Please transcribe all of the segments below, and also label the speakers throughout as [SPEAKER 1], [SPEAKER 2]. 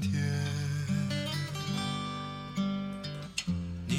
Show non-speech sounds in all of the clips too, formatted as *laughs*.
[SPEAKER 1] 天。”你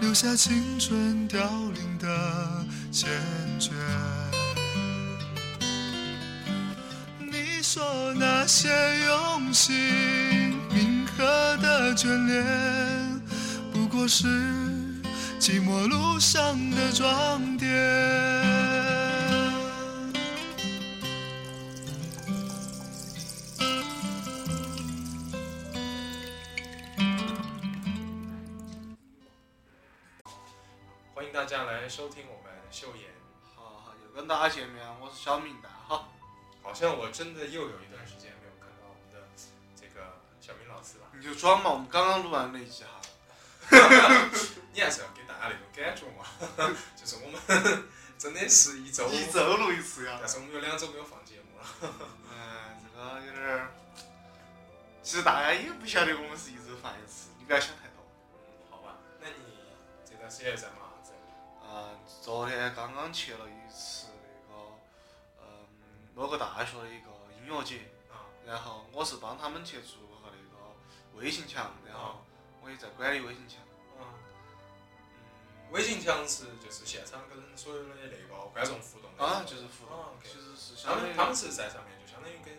[SPEAKER 1] 留下青春凋零的缱绻。你说那些用心铭刻的眷恋，不过是寂寞路上的装点。
[SPEAKER 2] 欢迎大家来收听我们秀妍。
[SPEAKER 3] 好好，有跟大家见面，我是小敏的哈。
[SPEAKER 2] 好像我真的又有一段时间没有看到我们的这个小明老师了。
[SPEAKER 3] 你就装吧，我们刚刚录完那一集哈。
[SPEAKER 2] 你还是要给大家那种感觉嘛， *laughs* 就是我们真的是一周，
[SPEAKER 3] 一周录一次呀
[SPEAKER 2] 但。是我们有两周没有放节目了。
[SPEAKER 3] 嗯，这个有点儿。其实大家也不晓得我们是一周放一次，你不要想太多。
[SPEAKER 2] 嗯，好吧，那你这段时间在忙啥子？
[SPEAKER 3] 嗯，昨天刚刚去了一次那个，嗯，某个大学的一个音乐节，
[SPEAKER 2] 啊
[SPEAKER 3] 然后我是帮他们去做个那个微信墙，然后我也在管理微信墙。
[SPEAKER 2] 啊，
[SPEAKER 3] 嗯，
[SPEAKER 2] 微信墙是就是现场跟所有的那个观众互动的
[SPEAKER 3] 啊，就是互动
[SPEAKER 2] 啊，，OK
[SPEAKER 3] 其实是
[SPEAKER 2] 他
[SPEAKER 3] 相当于
[SPEAKER 2] 们他们是在上面就相当于跟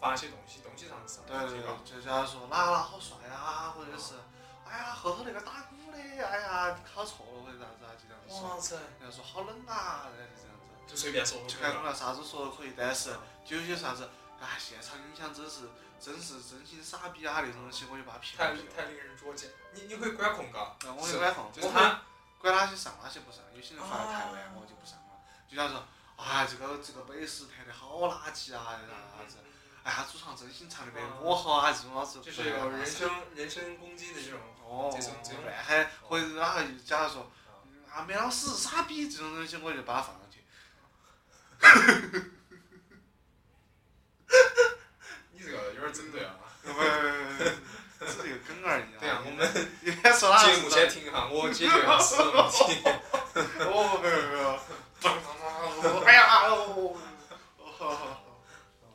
[SPEAKER 2] 发些东西，东西上上
[SPEAKER 3] 对对
[SPEAKER 2] 去
[SPEAKER 3] 对
[SPEAKER 2] 吧，，
[SPEAKER 3] 就假如说哪哪好帅啊，或者是
[SPEAKER 2] 嗯
[SPEAKER 3] 哎呀后头那个打鼓的，哎呀考错了或者啥子啊，就这样子说。
[SPEAKER 2] 哇塞，
[SPEAKER 3] 然后说好冷啊，然后就这样子，
[SPEAKER 2] 就随便说，
[SPEAKER 3] 就感觉到啥子说都可以，但是就有些啥子，啊现场音响真是真是真心傻逼啊那种东西，我就把它屏
[SPEAKER 2] 太
[SPEAKER 3] 蔽了。
[SPEAKER 2] 太令人捉奸。你你会管控嘎，
[SPEAKER 3] 然后我就管控，
[SPEAKER 2] 就是
[SPEAKER 3] 我会
[SPEAKER 2] 他
[SPEAKER 3] 管哪些上哪些不上，有些人发的太
[SPEAKER 2] 啊
[SPEAKER 3] 晚我就不上了。就假如说，啊这个这个贝斯弹的好垃圾啊，
[SPEAKER 2] 嗯
[SPEAKER 3] 啥子，哎呀主唱真心唱的没我好啊，这种老子
[SPEAKER 2] 哦就是有人身人身攻击的这种。
[SPEAKER 3] 哦，
[SPEAKER 2] 这种这种
[SPEAKER 3] 乱喊，或者哪个就假如说，嗯啊，梅老师傻逼这种东西，我就把它放上去。
[SPEAKER 2] 你这个有点针对啊。
[SPEAKER 3] 不不不不，只是一个梗而已啊。
[SPEAKER 2] 对啊，我们 *laughs* 嗯节
[SPEAKER 3] 一般说哪个
[SPEAKER 2] 目先停一下，我解决一下私人问题。
[SPEAKER 3] 哦，没有没有，咚咚咚咚咚，哎呀，哦，哦好好好，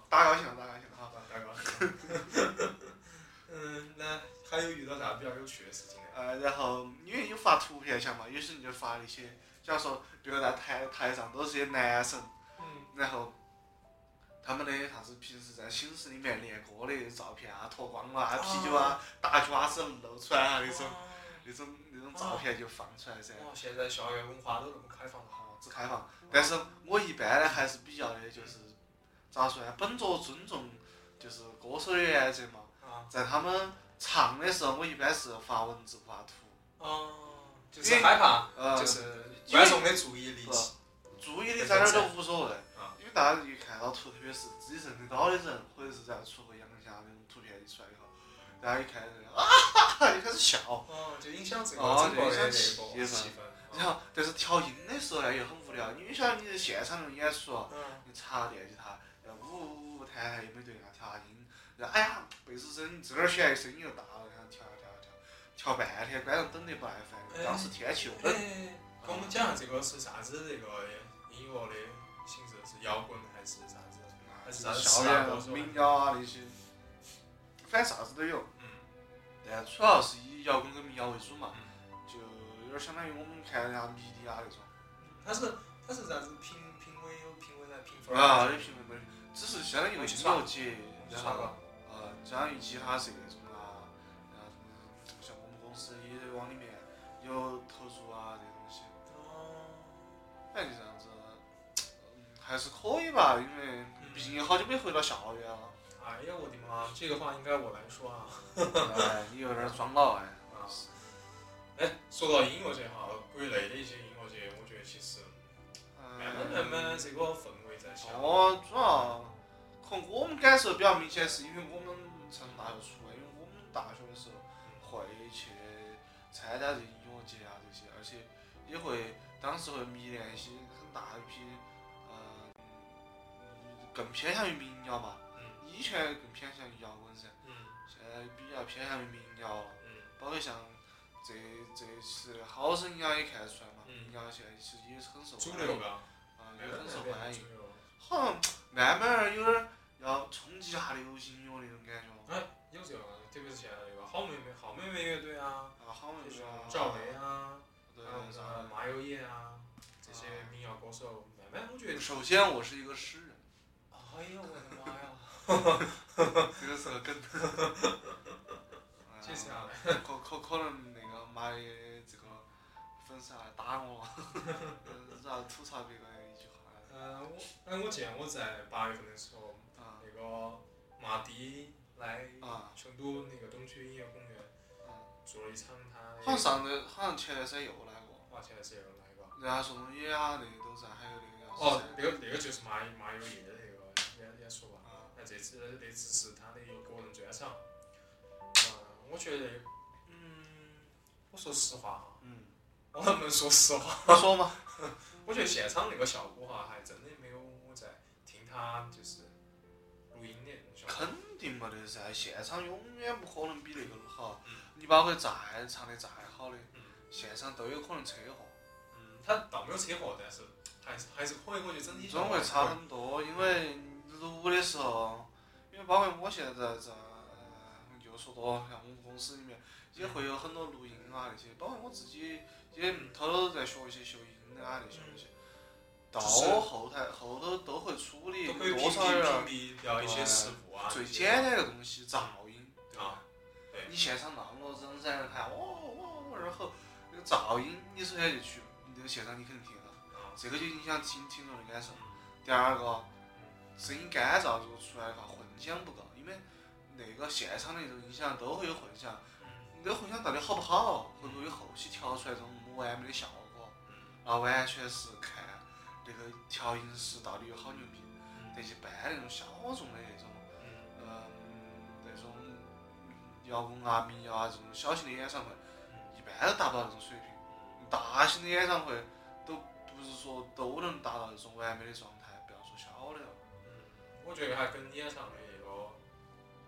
[SPEAKER 3] 打高兴了打高兴了哈。
[SPEAKER 2] 大哥。嗯，那还有遇到啥比较有趣的事情呢？
[SPEAKER 3] 呃，然后因为有发图片像嘛，有时你就发一些，假如说比如在台台上都是些男生，
[SPEAKER 2] 嗯，
[SPEAKER 3] 然后他们的啥子平时在寝室里面练歌的照片啊，脱光了啊，啤酒啊、大脚啊是露出来啊那
[SPEAKER 2] 哦
[SPEAKER 3] 种，那种那种照片就放出来噻，
[SPEAKER 2] 哇，现在校园文化都那么开放了。
[SPEAKER 3] 哦，只开放。但是我一般呢还是比较的，就是咋说呢，本着尊重就是歌手的原则嘛，
[SPEAKER 2] 啊
[SPEAKER 3] 在他们唱的时候，我一般是发文字不发图，
[SPEAKER 2] 哦，就是害怕，
[SPEAKER 3] 呃，
[SPEAKER 2] 就是观众的注意力。
[SPEAKER 3] 注意力在哪儿都无所谓
[SPEAKER 2] 啊，
[SPEAKER 3] 因为大家一看到图，特别是自己认得到的人，或者是在出个洋相那种图片一出来以后，大家一看人啊哈哈，就开始笑。
[SPEAKER 2] 哦，就影响这个
[SPEAKER 3] 哦
[SPEAKER 2] 整个的那个
[SPEAKER 3] 就
[SPEAKER 2] 气
[SPEAKER 3] 影响气
[SPEAKER 2] 氛。嗯
[SPEAKER 3] 然后，但是调音的时候呢又很无聊，因为晓得你在现场那种演出，
[SPEAKER 2] 嗯，
[SPEAKER 3] 你插电吉他，然后呜呜呜弹弹又没对上调下音，然后哎呀贝斯声这儿选声音又大了，然后调调调调半天，观众等得不耐烦了。当时天气又冷，
[SPEAKER 2] 哎，跟我们讲下这个是啥子这个音乐的形式？是摇滚还是啥子？还是啥子
[SPEAKER 3] 校园民谣啊那些，反正啥子都有。
[SPEAKER 2] 嗯
[SPEAKER 3] 但主要是以摇滚跟民谣为主嘛，
[SPEAKER 2] 嗯。
[SPEAKER 3] 就有点相当于我们看人家迷笛啊那种。
[SPEAKER 2] 它是它是啥子评评委有评委来评分
[SPEAKER 3] 啊，有评论不只是相当于个音乐节，然
[SPEAKER 2] 啥
[SPEAKER 3] 后
[SPEAKER 2] 个？
[SPEAKER 3] 呃，相当于吉他社这种啊，然后嗯像我们公司也往里面有投入啊这些东西。
[SPEAKER 2] 哦，
[SPEAKER 3] 哎，就这样子，嗯，还是可以吧，因为毕竟好久没回到校园了。
[SPEAKER 2] 哎呀，我的妈！这个话应该我来说啊。
[SPEAKER 3] 哎，你有点装老哎。
[SPEAKER 2] *laughs* 啊，哎，说到音乐节哈，国内的一些音乐节，我觉得其实
[SPEAKER 3] 呃
[SPEAKER 2] 慢慢慢慢这个氛围在下。
[SPEAKER 3] 哦，主要可能我们感受比较明显，是因为我们成大学出来，因为我们大学的时候会去参加这音乐节啊这些，而且也会当时会迷恋一些很大一批，呃，更偏向于民谣吧。
[SPEAKER 2] 嗯
[SPEAKER 3] 以前更偏向于摇滚噻，
[SPEAKER 2] 嗯
[SPEAKER 3] 现在比较偏向于民谣了。
[SPEAKER 2] 嗯
[SPEAKER 3] 包括像这这次好声音啊也看得出来嘛，
[SPEAKER 2] 嗯
[SPEAKER 3] 民谣现在其实也是很受
[SPEAKER 2] 主
[SPEAKER 3] 欢
[SPEAKER 2] 流
[SPEAKER 3] 迎，
[SPEAKER 2] 噶，
[SPEAKER 3] 啊、
[SPEAKER 2] 慢
[SPEAKER 3] 也
[SPEAKER 2] 慢
[SPEAKER 3] 很受
[SPEAKER 2] 慢慢
[SPEAKER 3] 欢迎
[SPEAKER 2] 主。流。
[SPEAKER 3] 好像慢慢儿有点儿要冲击一下流行音乐那种感觉。
[SPEAKER 2] 有这个，特别是现在这啊个好妹妹、好妹妹乐队啊，
[SPEAKER 3] 啊，好嘛，
[SPEAKER 2] 就
[SPEAKER 3] 就是是啊
[SPEAKER 2] 赵雷啊，
[SPEAKER 3] 对
[SPEAKER 2] 还有啥
[SPEAKER 3] 啥。
[SPEAKER 2] 马友友啊，这些民谣歌手，慢慢我觉得，
[SPEAKER 3] 嗯首先，我是一个诗人，
[SPEAKER 2] 哎呀，我的妈呀！
[SPEAKER 3] *laughs* 这个是个 *laughs* 梗。
[SPEAKER 2] 接下来，
[SPEAKER 3] 来，嗯可可可能那个妈的这个粉丝要来打我， *laughs* 然后吐槽别个一句话。
[SPEAKER 2] 呃，我哎，我记得我在八月份的时候，
[SPEAKER 3] 啊
[SPEAKER 2] 那个马迪来
[SPEAKER 3] 啊，
[SPEAKER 2] 成都那个东区音乐公园
[SPEAKER 3] 嗯，
[SPEAKER 2] 做了一场他的，
[SPEAKER 3] 好像上次好像前段时间又来过，
[SPEAKER 2] 哇，前段时间有来个，
[SPEAKER 3] 人家宋冬野啊，那些都在，还有那个
[SPEAKER 2] 哦，那
[SPEAKER 3] 谁
[SPEAKER 2] 个那个就是马马友友的那个演演出吧。
[SPEAKER 3] 啊，
[SPEAKER 2] 那这次那次是他的一个个人专场，嗯，我觉得，嗯，我说实话啊，
[SPEAKER 3] *laughs* 嗯，
[SPEAKER 2] 我能不能说实话？
[SPEAKER 3] 说嘛，
[SPEAKER 2] 我觉得现场那个效果哈，还真的没有我在听他就是录音的那种效果。
[SPEAKER 3] 肯定没得噻，现场永远不可能比那个好
[SPEAKER 2] 嗯。
[SPEAKER 3] 你包括再唱的再好的
[SPEAKER 2] 嗯，
[SPEAKER 3] 现场都有可能车祸，
[SPEAKER 2] 嗯，他倒没有车祸，但是还是还是可以，我觉得整体效
[SPEAKER 3] 总
[SPEAKER 2] 果
[SPEAKER 3] 会
[SPEAKER 2] 还是可
[SPEAKER 3] 差
[SPEAKER 2] 以。
[SPEAKER 3] 很多。因为录的时候，因为包括我现在在在呃又说多了，像我们公司里面也会有很多录音啊那些，包括我自己也嗯偷偷在学一些修音的啊那些东西。到
[SPEAKER 2] 就是
[SPEAKER 3] 后台后头都会处理
[SPEAKER 2] 都可以屏
[SPEAKER 3] 多少有啊点儿
[SPEAKER 2] 蔽屏蔽掉一些事故啊。
[SPEAKER 3] 最
[SPEAKER 2] 这些
[SPEAKER 3] 简。单的东西噪音，对吧？
[SPEAKER 2] 啊对
[SPEAKER 3] 你现场那么多人在那喊哇哇，哇，然后那个噪音，你首先就去那个现场，你肯定听到，
[SPEAKER 2] 啊。
[SPEAKER 3] 这个就影响听听众的感受。
[SPEAKER 2] 嗯
[SPEAKER 3] 第二个，声音干燥如果出来的话，混响不够，因为那个现场的这种音响都会有混响，
[SPEAKER 2] 嗯
[SPEAKER 3] 你这个混响到底好不好，会不会有后期调出来这种完美的效果，
[SPEAKER 2] 嗯
[SPEAKER 3] 那完全是看那个调音师到底有好牛逼。
[SPEAKER 2] 嗯
[SPEAKER 3] 那一般那种小众的那种。
[SPEAKER 2] 嗯
[SPEAKER 3] 嗯，那种摇滚啊、民谣啊这种小型的演唱会，一般都达不到这种水平。大型的演唱会都不是说都能达到这种完美的状态，不要说小的了。
[SPEAKER 2] 嗯我觉得还跟演唱的那个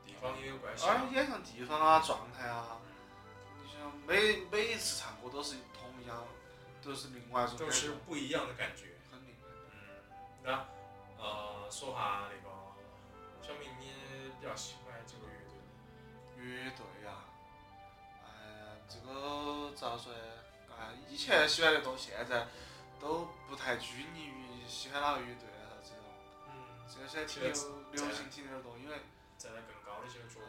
[SPEAKER 2] 地方也有关系啊。
[SPEAKER 3] 而演唱地方啊、状态啊，
[SPEAKER 2] 嗯
[SPEAKER 3] 你像每每一次唱歌都是同样，都是另外一种
[SPEAKER 2] 都
[SPEAKER 3] 感
[SPEAKER 2] 是
[SPEAKER 3] 受，
[SPEAKER 2] 不一样的感觉。
[SPEAKER 3] 很明白。
[SPEAKER 2] 嗯，那呃，说下那个，小明你比较喜欢这个乐队？
[SPEAKER 3] 乐队啊，哎呀，这个咋说呢？啊，以前喜欢的多，现在都不太拘泥于喜欢哪个乐队啊啥子的。
[SPEAKER 2] 嗯，
[SPEAKER 3] 这些听流流行听的多，因为
[SPEAKER 2] 站在更高的一些角度。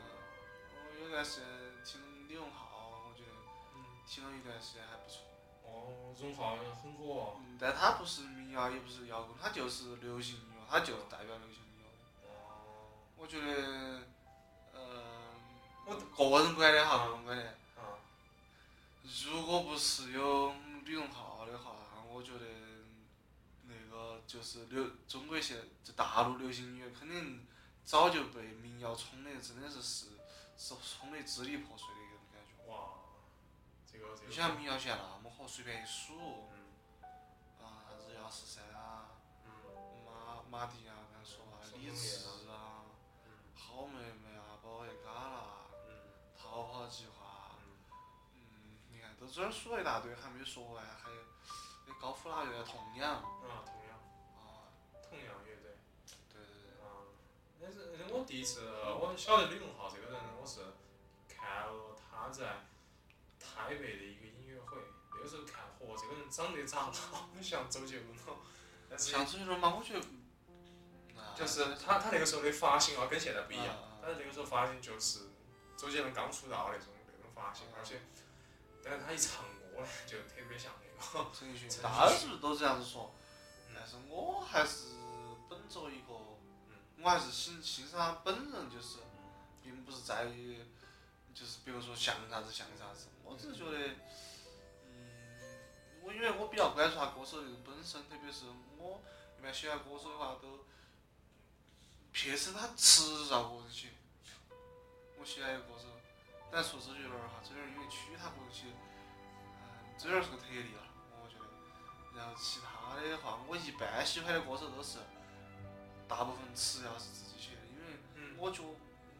[SPEAKER 3] 我有段时间听李荣浩，我觉得
[SPEAKER 2] 嗯，
[SPEAKER 3] 听了一段时间还不错。
[SPEAKER 2] 哦，荣浩很火。
[SPEAKER 3] 嗯，但他不是民谣，也不是摇滚，他就是流行音乐，他就是代表流行音乐。
[SPEAKER 2] 哦，
[SPEAKER 3] 我觉得，呃，
[SPEAKER 2] 我
[SPEAKER 3] 个人观点哈，个人观点。
[SPEAKER 2] 啊，
[SPEAKER 3] 如果不是有李荣浩的话，我觉得那个就是流中国现在大陆流行音乐肯定早就被民谣冲的，真的是是是冲的支离破碎的一种感觉。
[SPEAKER 2] 哇，这个这个。
[SPEAKER 3] 你想民谣现在那么火，随便一数
[SPEAKER 2] 嗯
[SPEAKER 3] 啊，啥子幺十三啊，
[SPEAKER 2] 嗯
[SPEAKER 3] 马马迪啊，刚才说啊，
[SPEAKER 2] 宋冬野
[SPEAKER 3] 李
[SPEAKER 2] 啊
[SPEAKER 3] 志啊，
[SPEAKER 2] 嗯
[SPEAKER 3] 好妹妹啊，保卫嘎啦，
[SPEAKER 2] 嗯啊
[SPEAKER 3] 逃跑计划。啊嗯，你看，都这儿说了一大堆，还没说完，还有那高夫拉乐童养啊，
[SPEAKER 2] 嗯，啊，同样同样乐队。
[SPEAKER 3] 对对对，
[SPEAKER 2] 啊，但是但是我第一次我晓得李荣浩这个人，我是看了他在台北的一个音乐会，那个时候看，嚯，这个人长得咋好像周杰伦哦，但是
[SPEAKER 3] 像周杰伦嘛，我觉得，啊
[SPEAKER 2] 就是他他那个时候的发型啊，跟现在不一样，
[SPEAKER 3] 啊
[SPEAKER 2] 但是那个时候发型就是周杰伦刚出道那种那种发型，而且，但是他一唱歌呢，就特别像那个，
[SPEAKER 3] 陈奕迅
[SPEAKER 2] 陈奕迅，嗯
[SPEAKER 3] 大家是不是都这样子说？但是我还是本着一个，我还是欣欣赏他本人，就是，并不是在于，就是比如说像啥子像啥子，我只是觉得，嗯，我因为我比较关注他歌手这个本身，特别是我一般喜欢歌手的话都，撇身他词绕过去，我喜欢一个歌手，但说周杰伦儿哈，周杰伦儿因为曲他过去，嗯，周杰伦儿是个特例了，我觉得。然后其他的话，我一般喜欢的歌手都是大部分词要是自己写的，因为
[SPEAKER 2] 嗯
[SPEAKER 3] 我觉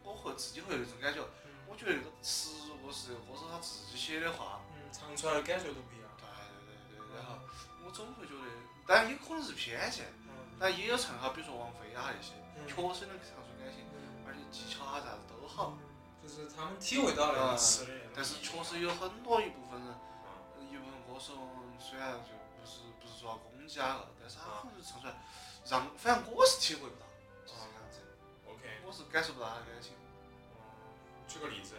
[SPEAKER 3] 我会自己会有一种感觉，我觉得那个词如果是这个歌手他自己写的话，
[SPEAKER 2] 嗯，唱出来的感觉都不一样。
[SPEAKER 3] 对对对对，然后我总会觉得，但也可能是偏见，
[SPEAKER 2] 嗯
[SPEAKER 3] 但也有唱好，比如说王菲啊那些，
[SPEAKER 2] 嗯
[SPEAKER 3] 确实能唱出感情，而且技巧啊啥子都好，
[SPEAKER 2] 就是他们体会到那个词的那种意义。
[SPEAKER 3] 啊但是确实有很多一部分人。
[SPEAKER 2] 嗯，
[SPEAKER 3] 一部分歌手虽然就不是不是说攻击啊，但是他可能就唱出来，让反正我是体会不到，就是这样子，
[SPEAKER 2] OK，
[SPEAKER 3] 我是感受不到他的感情。
[SPEAKER 2] 嗯举个例子，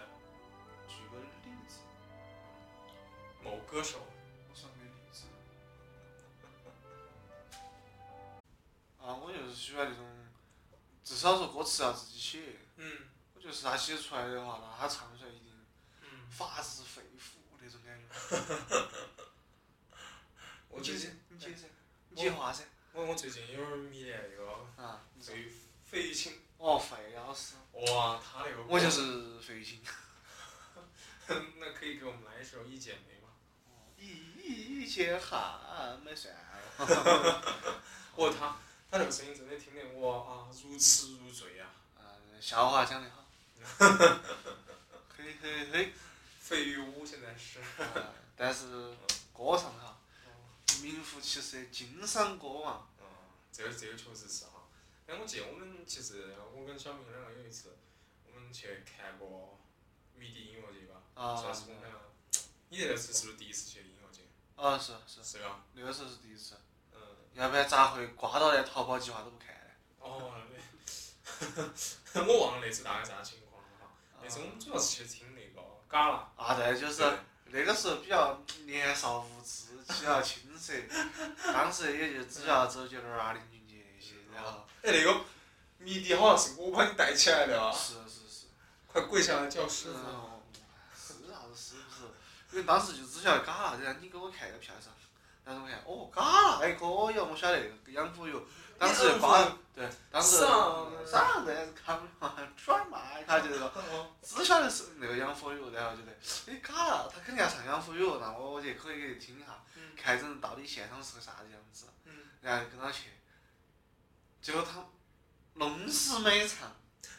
[SPEAKER 3] 举个例子，
[SPEAKER 2] 某歌手，
[SPEAKER 3] 我算个例子， *laughs* 啊，我就是喜欢那种，至少说歌词要自己写，
[SPEAKER 2] 嗯
[SPEAKER 3] 我觉得是他写出来的话，那他唱出来一定
[SPEAKER 2] 嗯，
[SPEAKER 3] 发自肺腑那种感觉。
[SPEAKER 2] 我
[SPEAKER 3] 你
[SPEAKER 2] 最
[SPEAKER 3] 接
[SPEAKER 2] 近，
[SPEAKER 3] 你接噻，你接话�噻，
[SPEAKER 2] 我我最近有点迷恋那个
[SPEAKER 3] 啊，你说
[SPEAKER 2] 费费玉清，
[SPEAKER 3] 哦，费老师，
[SPEAKER 2] 哇，他那个
[SPEAKER 3] 我就是费玉清。
[SPEAKER 2] *laughs* 那可以给我们来一首《一剪梅》吗？
[SPEAKER 3] *laughs* 一切还没 *laughs* 算。啊
[SPEAKER 2] 哦，他他那个声音真的听得我啊如痴如醉啊！
[SPEAKER 3] 嗯，笑话讲得 *laughs* 好。嘿嘿嘿。 *laughs*
[SPEAKER 2] 费玉清现在是，
[SPEAKER 3] 啊但是歌唱得好，名副其实，经商歌王。
[SPEAKER 2] 嗯，这个这个确实是哈。哎，我记得我们其实我跟小明两个有一次，我们去看过迷笛音乐节吧，
[SPEAKER 3] 啊
[SPEAKER 2] 算是我们两个。你那次是不是第一次去音乐节？
[SPEAKER 3] 啊，是是，
[SPEAKER 2] 是吧？
[SPEAKER 3] 那个时候是第一次，
[SPEAKER 2] 嗯，
[SPEAKER 3] 要不然咋会刮到连淘宝计划都不看呢？
[SPEAKER 2] 哦，对 *laughs* 我忘了那次大概啥情况了哈。那次我们主要是去听那个嘎啦，
[SPEAKER 3] 啊，对，就是
[SPEAKER 2] 对
[SPEAKER 3] 那个时候比较年少无知，比较青涩，当时也就只晓得周杰伦啊、林俊杰那些，然后
[SPEAKER 2] 哎，那个迷笛好像是我把你带起来的啊，
[SPEAKER 3] 是是是。
[SPEAKER 2] 快跪下来叫师
[SPEAKER 3] 是
[SPEAKER 2] 傅。
[SPEAKER 3] 哦，是啥子是不是？因为当时就只晓得嘎啦，然后你给我看个票上，然后我看哦嘎啦还可以哦，我晓得那个养猪油，当时就
[SPEAKER 2] 养
[SPEAKER 3] 把对，当时
[SPEAKER 2] 上
[SPEAKER 3] 啥子看不嘛，转嘛，他就那个只晓得是那个养猪油，然后觉得哎嘎啦，他肯定要唱养猪油，那我我就可以给听一下，
[SPEAKER 2] 嗯
[SPEAKER 3] 看这人到底现场是个啥子样子，
[SPEAKER 2] 嗯，
[SPEAKER 3] 然后就跟他去，结果他弄死没唱，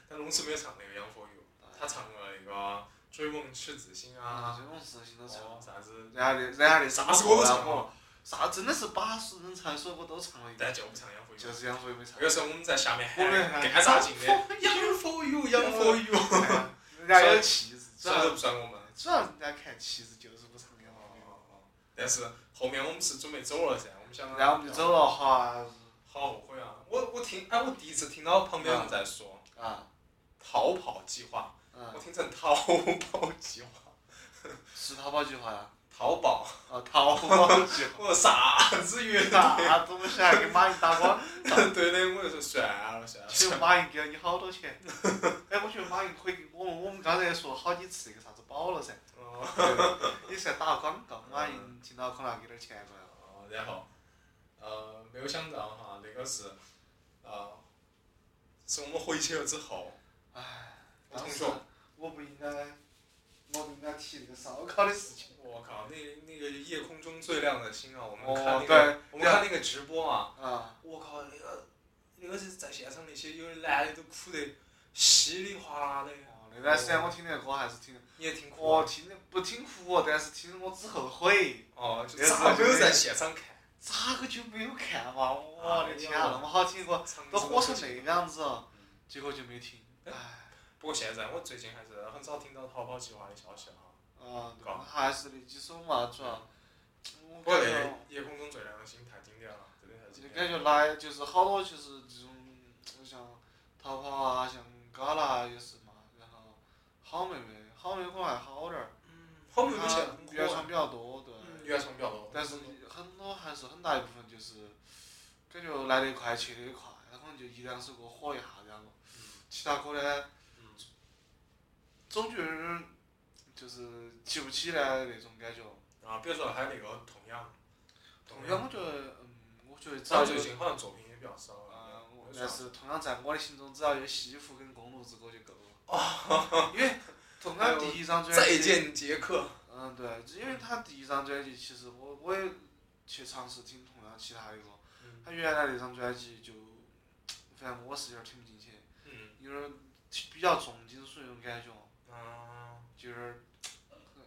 [SPEAKER 2] 但龙池没有唱那个《杨佛友》，他唱了那个《追梦赤子心》
[SPEAKER 3] 啊
[SPEAKER 2] 啊，
[SPEAKER 3] 这种事情都唱。
[SPEAKER 2] 哦啥子，
[SPEAKER 3] 然后那然后那
[SPEAKER 2] 啥歌都唱
[SPEAKER 3] 过，啥真的是把所有人唱的所有歌都唱了一遍，
[SPEAKER 2] 但就不唱《杨佛友》。
[SPEAKER 3] 就是杨福也没唱
[SPEAKER 2] 那。个时候我们在下面喊
[SPEAKER 3] 我们，喊
[SPEAKER 2] 干啥劲的？
[SPEAKER 3] *laughs*
[SPEAKER 2] 杨佛友，杨佛友。
[SPEAKER 3] 人家有气质，主
[SPEAKER 2] 虽然都
[SPEAKER 3] 要
[SPEAKER 2] 不 *laughs* 算我们。
[SPEAKER 3] 主要人家看气质就是不唱杨
[SPEAKER 2] 哦
[SPEAKER 3] 福。
[SPEAKER 2] 哦哦但是后面我们是准备走了噻，我们想。
[SPEAKER 3] 然后我们就。走了哈
[SPEAKER 2] 好后悔啊！我我听哎，我第一次听到旁边人在说
[SPEAKER 3] 啊
[SPEAKER 2] 逃跑计划，我
[SPEAKER 3] 嗯，
[SPEAKER 2] 听成逃跑计划，
[SPEAKER 3] 是淘宝计划呀，
[SPEAKER 2] 淘宝，
[SPEAKER 3] 哦淘宝计划，
[SPEAKER 2] 我哦啥子乐队？
[SPEAKER 3] 啥东西啊？给马云打光，
[SPEAKER 2] *laughs* 对的，我就说算了算了
[SPEAKER 3] 其
[SPEAKER 2] 算
[SPEAKER 3] 实
[SPEAKER 2] 了。
[SPEAKER 3] 马云给了你好多钱。哎，我觉得马云可以给我们，我们刚才说了好几次那个啥子宝了噻，
[SPEAKER 2] 哦
[SPEAKER 3] 对也是在打个广告，马
[SPEAKER 2] 嗯
[SPEAKER 3] 云听到可能要给点钱过来了。
[SPEAKER 2] 哦，然后，呃，没有想到哈，那个是，呃，是我们回去了之后，
[SPEAKER 3] 唉，
[SPEAKER 2] 我
[SPEAKER 3] 当
[SPEAKER 2] 同
[SPEAKER 3] 时
[SPEAKER 2] 学，
[SPEAKER 3] 我不应该，我不应该提那个烧烤的事情。
[SPEAKER 2] 我靠，那那个夜空中最亮的星啊，我们
[SPEAKER 3] 哦
[SPEAKER 2] 看那个，
[SPEAKER 3] 对
[SPEAKER 2] 我们看那个直播啊，
[SPEAKER 3] 啊，
[SPEAKER 2] 我靠，那个那个是在现场那些有的男的都哭得稀里哗啦的，
[SPEAKER 3] 哦，那段时间我听那个歌还是听，
[SPEAKER 2] 你也听哭
[SPEAKER 3] 我
[SPEAKER 2] 啊？
[SPEAKER 3] 听的不听哭，哦但是听我只后悔，
[SPEAKER 2] 哦，就
[SPEAKER 3] 那时候
[SPEAKER 2] 咋没有
[SPEAKER 3] 没
[SPEAKER 2] 在现场看？
[SPEAKER 3] 咋个就没有看嘛？我
[SPEAKER 2] 哎
[SPEAKER 3] 的
[SPEAKER 2] 呦嗯
[SPEAKER 3] 天啊，那么好听的歌，
[SPEAKER 2] 场
[SPEAKER 3] 都
[SPEAKER 2] 子
[SPEAKER 3] 火成
[SPEAKER 2] 不行
[SPEAKER 3] 那个样子了，
[SPEAKER 2] 嗯
[SPEAKER 3] 结果就没听。
[SPEAKER 2] 哎
[SPEAKER 3] 唉，
[SPEAKER 2] 不过现在我最近还是很少听到逃跑计划的消息了哈。
[SPEAKER 3] 啊，对
[SPEAKER 2] 搞
[SPEAKER 3] 还是那几首嘛，主要。我
[SPEAKER 2] 不过
[SPEAKER 3] 感
[SPEAKER 2] 那
[SPEAKER 3] 觉
[SPEAKER 2] 个夜空中最亮的星太经典了，真的太经
[SPEAKER 3] 就
[SPEAKER 2] 典了。
[SPEAKER 3] 感觉来就是好多就是这种像逃跑啊，像嘎啦也是嘛，然后好妹妹，好妹妹可能还好点儿，
[SPEAKER 2] 嗯后面有些
[SPEAKER 3] 她
[SPEAKER 2] 嗯
[SPEAKER 3] 原创比较多，对。
[SPEAKER 2] 原创比较多，嗯
[SPEAKER 3] 但是很多还是很大一部分就是，感觉来得快去得快，他可能就一两首歌火一下这样个，其他歌呢
[SPEAKER 2] 嗯，
[SPEAKER 3] 总觉得有点儿就是起不起来那种感觉。
[SPEAKER 2] 啊，比如说还有那个同样，
[SPEAKER 3] 同样，我觉得，嗯，我觉得只
[SPEAKER 2] 他
[SPEAKER 3] 要有
[SPEAKER 2] 最近好像作品也比较少
[SPEAKER 3] 啊
[SPEAKER 2] 了。，嗯
[SPEAKER 3] 我
[SPEAKER 2] 我
[SPEAKER 3] 但是同样在我的心中，只要有西湖跟公路之歌就够了。
[SPEAKER 2] *laughs*
[SPEAKER 3] 因为同样第一张专辑，
[SPEAKER 2] 哦再见杰克，
[SPEAKER 3] 嗯，对，因为他第一张专辑，其实我我也去尝试听同样其他的歌，
[SPEAKER 2] 嗯
[SPEAKER 3] 他原来那张专辑就，反正我是有点儿听不进去，
[SPEAKER 2] 嗯
[SPEAKER 3] 有点儿比较重金属那种感觉，
[SPEAKER 2] 啊，
[SPEAKER 3] 就是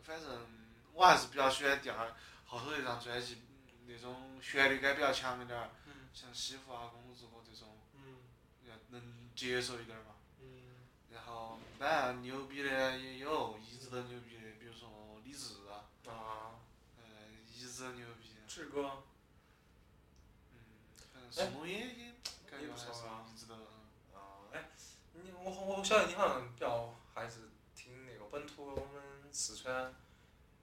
[SPEAKER 3] 反正我还是比较喜欢第二后头那张专辑，那种旋律感比较强一点儿，
[SPEAKER 2] 嗯
[SPEAKER 3] 像《西湖》啊、《公路之歌》这种，
[SPEAKER 2] 嗯
[SPEAKER 3] 要能接受一点儿嘛。
[SPEAKER 2] 嗯
[SPEAKER 3] 然后当然牛逼的也有，一直都牛逼的，比如说李志啊，
[SPEAKER 2] 啊，
[SPEAKER 3] 呃，一直都牛逼。
[SPEAKER 2] 志哥，哎
[SPEAKER 3] 嗯，宋冬野也感
[SPEAKER 2] 也
[SPEAKER 3] 觉
[SPEAKER 2] 不
[SPEAKER 3] 还
[SPEAKER 2] 错
[SPEAKER 3] 是
[SPEAKER 2] 啊
[SPEAKER 3] 一直都，
[SPEAKER 2] 啊，哎，你我我晓得你好像比较还是听那个本土我们四川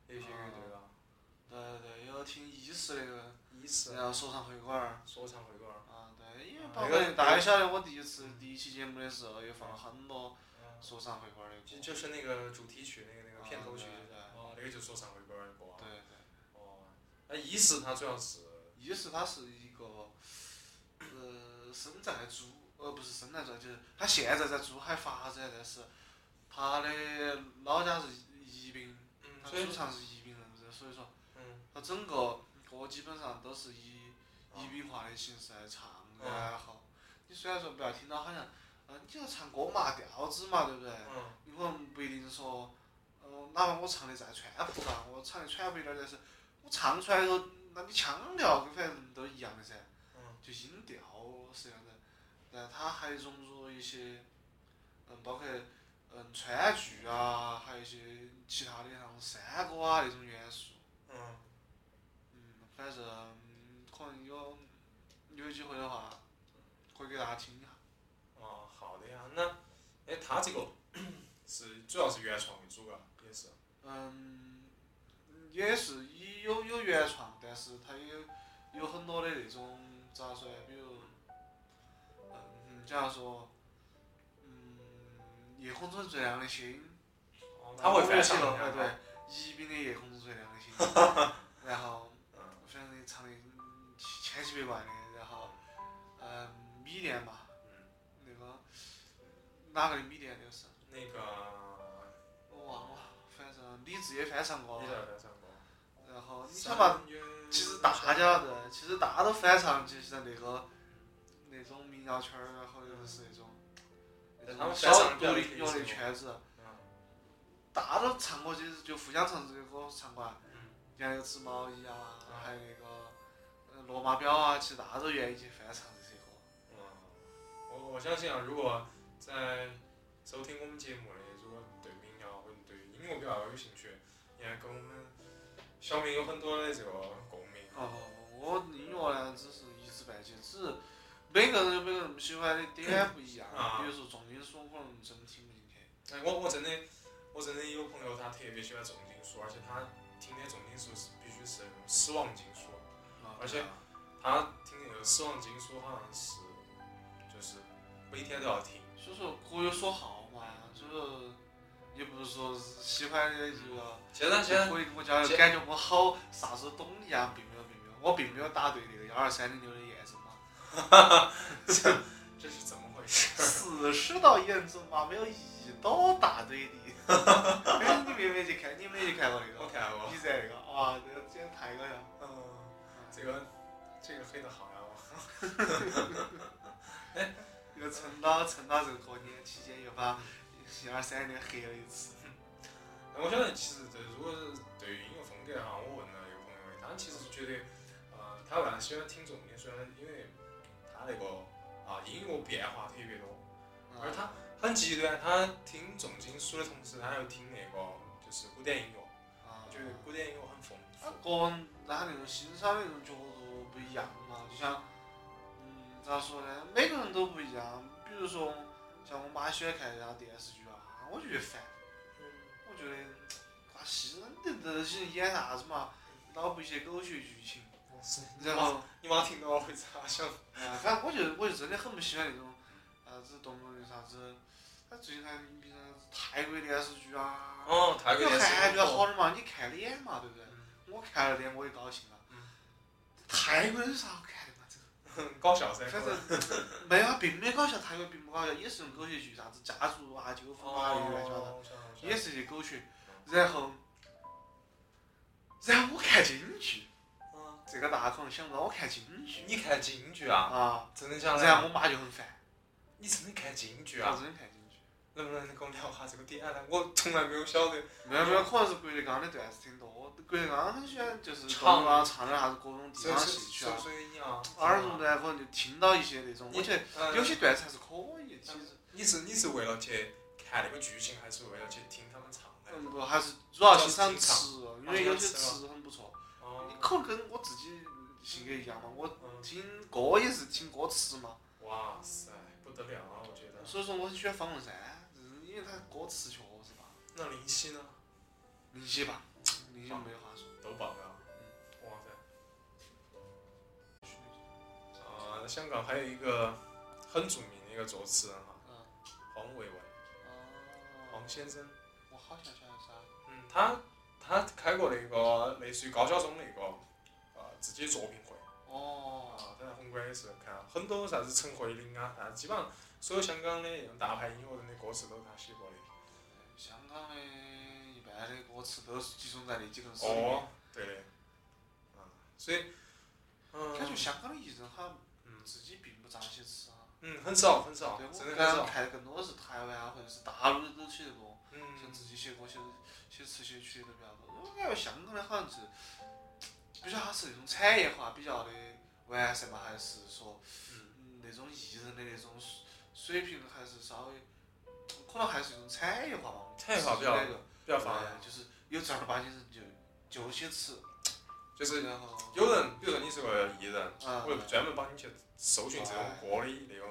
[SPEAKER 2] 有些乐队吧，
[SPEAKER 3] 对对对，有听意识那个，
[SPEAKER 2] 伊斯
[SPEAKER 3] 然后说唱会馆儿，
[SPEAKER 2] 说唱会馆儿，
[SPEAKER 3] 啊对，因为
[SPEAKER 2] 啊
[SPEAKER 3] 包
[SPEAKER 2] 那
[SPEAKER 3] 括
[SPEAKER 2] 个
[SPEAKER 3] 大家晓得我第一次第一期节目的时候也放了很多
[SPEAKER 2] 嗯
[SPEAKER 3] 说唱会馆儿的
[SPEAKER 2] 就
[SPEAKER 3] 歌，对
[SPEAKER 2] 就是那个主题曲那个那个片头曲，
[SPEAKER 3] 啊对对
[SPEAKER 2] 哦，那个就是说唱会馆儿的歌啊，
[SPEAKER 3] 对，
[SPEAKER 2] 哦，那伊斯他主要是，
[SPEAKER 3] 意识它是一个，呃，生在珠，呃不是生在珠，就是他现在在珠海发展，但是他的老家是宜宾，
[SPEAKER 2] 嗯，
[SPEAKER 3] 他
[SPEAKER 2] 所以
[SPEAKER 3] 祖，上是宜宾人，所以说
[SPEAKER 2] 嗯，
[SPEAKER 3] 他整个歌基本上都是以。
[SPEAKER 2] 啊
[SPEAKER 3] 宜宾话的形式来唱的，
[SPEAKER 2] 嗯
[SPEAKER 3] 然后你虽然说不要听到好像，嗯，你就唱歌嘛，调子嘛，对不对？
[SPEAKER 2] 嗯，
[SPEAKER 3] 你可能不一定说，嗯，哪怕我唱的再川普啊，我唱的川普一点儿，但是我唱出来的时候，那你腔调跟反正都一样的噻，
[SPEAKER 2] 嗯，
[SPEAKER 3] 就音调是这样的，但它还融入一些，嗯，包括嗯川剧啊，还有一些其他的像山歌啊那种元素。
[SPEAKER 2] 嗯，
[SPEAKER 3] 嗯，反正嗯可能有有机会的话，可以给大家听一下。
[SPEAKER 2] 哦，好的呀，那，哎，他这个是主要是原创为主噶，也是，
[SPEAKER 3] 嗯，也是以有有原创，但是它也有有很多的那种咋说呢？比如，嗯，假如说，嗯，夜空中最亮的星，
[SPEAKER 2] 哦，他会翻
[SPEAKER 3] 唱
[SPEAKER 2] 唱
[SPEAKER 3] 了，
[SPEAKER 2] 一下
[SPEAKER 3] 哎
[SPEAKER 2] 嘛，
[SPEAKER 3] 对，宜宾的夜空中最亮的星，
[SPEAKER 2] *laughs*
[SPEAKER 3] 然后
[SPEAKER 2] 嗯，
[SPEAKER 3] 反正唱的千奇百怪的，然后，嗯，米店嘛。
[SPEAKER 2] 嗯，
[SPEAKER 3] 那个哪个的米店就是，
[SPEAKER 2] 那个
[SPEAKER 3] 我忘了，反正李志也翻唱过
[SPEAKER 2] 也，在翻唱过，
[SPEAKER 3] 然后你想
[SPEAKER 2] 三
[SPEAKER 3] 嘛，
[SPEAKER 2] 月
[SPEAKER 3] 其实大家的，其实大家都翻唱，就是那个那种民谣圈儿，然后就是那种那
[SPEAKER 2] 他
[SPEAKER 3] 种
[SPEAKER 2] 们
[SPEAKER 3] 小
[SPEAKER 2] 翻唱比
[SPEAKER 3] 独
[SPEAKER 2] 较
[SPEAKER 3] 立音乐
[SPEAKER 2] 贴
[SPEAKER 3] 的
[SPEAKER 2] 近
[SPEAKER 3] 圈子，
[SPEAKER 2] 嗯
[SPEAKER 3] 大家都唱过，就是就互相唱这些歌唱过啊，
[SPEAKER 2] 嗯
[SPEAKER 3] 像有织毛衣啊，
[SPEAKER 2] 嗯
[SPEAKER 3] 还有那个呃罗马表啊，其实大家都愿意去翻唱这些歌。
[SPEAKER 2] 嗯，我我相信啊，如果在收听我们节目的，如果对民谣或者对音乐比较有兴趣，应该跟我们小明有很多的这个共鸣。
[SPEAKER 3] 哦，我音乐呢，只是一知半解，只是每个人有每个人喜欢的点不一样。
[SPEAKER 2] 啊
[SPEAKER 3] 比如说重金属，我可能真听不进去。
[SPEAKER 2] 哎，我我真的我真的有朋友，他特别喜欢重金属，而且他听的重金属是必须是那种死亡金属。
[SPEAKER 3] 啊
[SPEAKER 2] 而且他听那个死亡金属好像是就是每天都要听。
[SPEAKER 3] 所以说各有所好嘛，所以说也不是说是喜欢的就要。
[SPEAKER 2] 现在现在
[SPEAKER 3] 可以跟我讲，感觉我好啥子都懂一样，并没有，并没有，我并没有答对那个幺二三零六的验证码，
[SPEAKER 2] 这是怎么回事？
[SPEAKER 3] 是是道验证码没有一道答对的。哎，你没没去看？你没去看过那
[SPEAKER 2] 啊我
[SPEAKER 3] 个？
[SPEAKER 2] 看过
[SPEAKER 3] 你，在那个哇，这个简直太搞笑了。
[SPEAKER 2] 嗯。这个这个黑的好呀，我
[SPEAKER 3] 又撑到撑到这个过年期间又把一二三年黑了一次。
[SPEAKER 2] 哎我晓得其实这如果是对于音乐风格哈，我问了一个朋友，他其实是觉得，呃，他为啥喜欢听重金属呢？因为他那个啊音乐变化特别多，
[SPEAKER 3] 嗯啊
[SPEAKER 2] 而他很极端，他听重金属的同时，他又听那个就是古典音乐，
[SPEAKER 3] 啊
[SPEAKER 2] 他，觉得古典音乐很丰
[SPEAKER 3] 他
[SPEAKER 2] 富。
[SPEAKER 3] 个人他那种欣赏的那种角度不一样嘛，就像嗯咋说呢，每个人都不一样。比如说像我妈喜欢看人家电视剧啊，我就觉得烦，我嗯觉得哇，西人的这些人演啥子嘛，脑补一些狗血剧情，
[SPEAKER 2] 嗯公司，
[SPEAKER 3] 然后
[SPEAKER 2] 你妈听到了会咋想？
[SPEAKER 3] 啊，反正我就我就真的很不喜欢那种呃啥子动不动就啥子，他最近还比如说泰国电视剧啊，
[SPEAKER 2] 哦，泰
[SPEAKER 3] 有
[SPEAKER 2] 国电视
[SPEAKER 3] 韩
[SPEAKER 2] 剧
[SPEAKER 3] 剧好点嘛，你看脸嘛，对不对？我看了脸我也高兴了
[SPEAKER 2] 嗯。
[SPEAKER 3] 泰国有啥好看的嘛？这
[SPEAKER 2] 很搞笑噻
[SPEAKER 3] 个，反正没有，它并没搞笑，泰国并不搞笑，也是用狗血剧，啥子家族啊、纠纷啊，又乱七八糟，
[SPEAKER 2] 哦，我晓得
[SPEAKER 3] 也是一些狗血。然后，然后我看京剧，
[SPEAKER 2] 嗯，
[SPEAKER 3] 这个大家可能想不到，我看京剧
[SPEAKER 2] 你看京剧啊？
[SPEAKER 3] 啊，
[SPEAKER 2] 真的假
[SPEAKER 3] 然
[SPEAKER 2] 的？
[SPEAKER 3] 后我妈就很烦。
[SPEAKER 2] 你真的看京剧
[SPEAKER 3] 我
[SPEAKER 2] 啊？
[SPEAKER 3] 真的看进去。
[SPEAKER 2] 能不能跟我聊下这个点呢？我从来没有晓得。
[SPEAKER 3] 没有没有，可能是郭德纲的段子挺多，郭德纲很喜欢就是唱啊唱点啥子各种地
[SPEAKER 2] 所以
[SPEAKER 3] 方戏曲
[SPEAKER 2] 所
[SPEAKER 3] 啊
[SPEAKER 2] 以。所以你啊，
[SPEAKER 3] 耳濡目染，可能就听到一些那种，
[SPEAKER 2] 你
[SPEAKER 3] 我觉得
[SPEAKER 2] 嗯
[SPEAKER 3] 有些段子还是可以，其实，
[SPEAKER 2] 你是你是为了去看那个剧情，还是为了去听他们唱的？
[SPEAKER 3] 嗯，不，还是主要欣赏词，因为有些
[SPEAKER 2] 啊
[SPEAKER 3] 词很不错。
[SPEAKER 2] 哦
[SPEAKER 3] 你，可能跟我自己性格一样嘛，我
[SPEAKER 2] 嗯，
[SPEAKER 3] 听歌也是听歌词嘛，
[SPEAKER 2] 哇塞，不得了啊！我觉得。
[SPEAKER 3] 所以说我很喜欢方文山，就是因为他歌词确实棒，
[SPEAKER 2] 那林夕呢？
[SPEAKER 3] 林夕吧，林夕没话说。
[SPEAKER 2] 都棒啊！哇塞。啊、香港还有一个很著名的一个作词人哈，
[SPEAKER 3] 嗯，
[SPEAKER 2] 黄维维，
[SPEAKER 3] 哦，
[SPEAKER 2] 黄先生，
[SPEAKER 3] 我好像晓得啥。
[SPEAKER 2] 嗯，他他开过那个类似于高晓松那个呃自己作品会，啊
[SPEAKER 3] 哦，，
[SPEAKER 2] 他在红馆也是看很多啥子陈慧琳啊，啥基本上所有香港的那种大牌音乐人的歌词都是他写过的。
[SPEAKER 3] 香港的一般的歌词都是集中在那几个词里面。
[SPEAKER 2] 哦，对的，啊，所以，嗯，
[SPEAKER 3] 感觉香港的艺人好
[SPEAKER 2] 嗯
[SPEAKER 3] 像自己并不咋写词啊。
[SPEAKER 2] 嗯很少很少
[SPEAKER 3] 对，我
[SPEAKER 2] 真的
[SPEAKER 3] 感
[SPEAKER 2] 很
[SPEAKER 3] 觉
[SPEAKER 2] 少，
[SPEAKER 3] 看的更多的是台湾啊，或者是大陆的都写得多，
[SPEAKER 2] 嗯，
[SPEAKER 3] 像自己写歌、写写词、写曲都比较多。我感觉香港的好像是，比较它是那种产业化比较的完善嘛，还是说
[SPEAKER 2] 嗯
[SPEAKER 3] 嗯那种艺人的那种水水平还是稍微，可能还是一种产业化吧。
[SPEAKER 2] 产业化比较
[SPEAKER 3] 那个，
[SPEAKER 2] 比较乏，
[SPEAKER 3] 对就是有正儿八经人就就写词，
[SPEAKER 2] 就是
[SPEAKER 3] 然后
[SPEAKER 2] 有人，比如说你是个艺人，
[SPEAKER 3] 啊，
[SPEAKER 2] 我
[SPEAKER 3] 对
[SPEAKER 2] 就专门帮你去搜寻这种歌的那种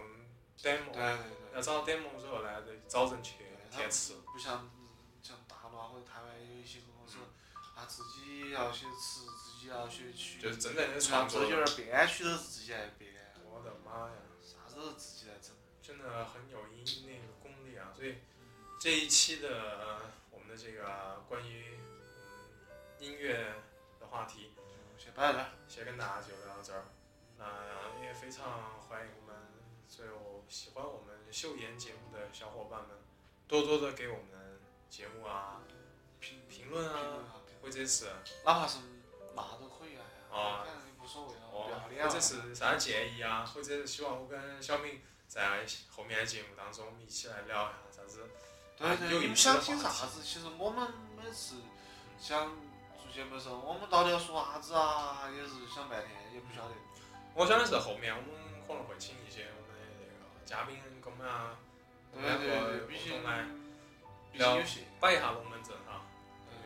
[SPEAKER 3] 对
[SPEAKER 2] demo，
[SPEAKER 3] 对
[SPEAKER 2] 然后找到 demo 之后呢，再找人去
[SPEAKER 3] 对，
[SPEAKER 2] 填词。
[SPEAKER 3] 不像像大陆啊或者台湾有一些公司，啊自己要写词，自己要写曲，
[SPEAKER 2] 嗯就是真正的
[SPEAKER 3] 然
[SPEAKER 2] 创
[SPEAKER 3] 后
[SPEAKER 2] 作
[SPEAKER 3] 周。杰伦编曲都是自己来编，
[SPEAKER 2] 我的妈呀，
[SPEAKER 3] 啥子都是自己来整。
[SPEAKER 2] 真的很有音那个功力啊！所以这一期的、呃我们的这个呃关于嗯音乐的话题，
[SPEAKER 3] 就先摆到这儿，
[SPEAKER 2] 先跟大家就聊到这儿。那也非常欢迎我们所有喜欢我们秀妍节目的小伙伴们，多多的给我们节目啊
[SPEAKER 3] 评
[SPEAKER 2] 评论
[SPEAKER 3] 评
[SPEAKER 2] 啊
[SPEAKER 3] 论，哈，评
[SPEAKER 2] 或者是
[SPEAKER 3] 论哪怕是骂都可以啊，
[SPEAKER 2] 啊
[SPEAKER 3] 反正也无所谓啊，不
[SPEAKER 2] 哦
[SPEAKER 3] 要，脸
[SPEAKER 2] 或
[SPEAKER 3] 啊
[SPEAKER 2] 者。是啥建议啊，或者是希望我跟小明在后面的节目当中，我们一起来聊一下啥子。
[SPEAKER 3] 对对，
[SPEAKER 2] 有
[SPEAKER 3] 你
[SPEAKER 2] 意
[SPEAKER 3] 们
[SPEAKER 2] 思的
[SPEAKER 3] 想听啥
[SPEAKER 2] 话
[SPEAKER 3] 子？其实我们每次想做节目的时候，我们到底要说啥子啊，也是想半天，也不晓得。
[SPEAKER 2] 我想的是后面我们可能会请一些我们的那个嘉宾跟我们啊，我
[SPEAKER 3] 对
[SPEAKER 2] 们
[SPEAKER 3] 对对，
[SPEAKER 2] 共
[SPEAKER 3] 必须
[SPEAKER 2] 同来
[SPEAKER 3] 必须有戏。
[SPEAKER 2] 摆一下龙门阵哈。
[SPEAKER 3] 嗯，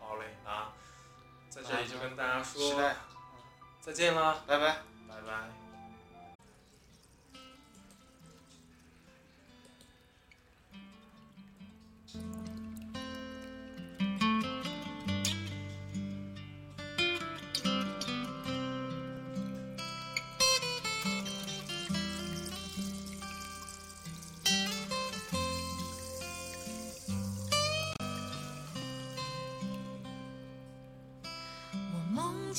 [SPEAKER 2] 好嘞，那在这里就跟大家
[SPEAKER 3] 期
[SPEAKER 2] 说
[SPEAKER 3] 待，
[SPEAKER 2] 再见啦，
[SPEAKER 3] 拜拜。
[SPEAKER 2] 拜拜。
[SPEAKER 4] 我梦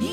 [SPEAKER 4] 你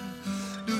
[SPEAKER 1] 留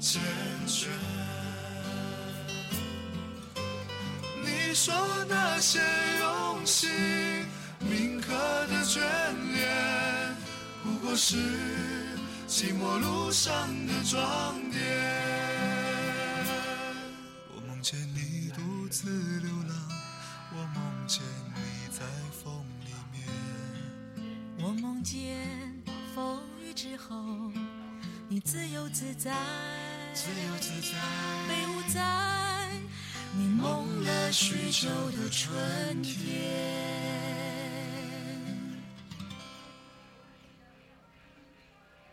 [SPEAKER 1] 缱绻。你说那些用心铭刻的眷恋，不过是寂寞路上的装点。我梦见你独自流浪，我梦见你在风里面，
[SPEAKER 4] 我梦见风雨之后，你自由自在，
[SPEAKER 1] 自由自在。
[SPEAKER 4] 被舞在你梦了许久的春天。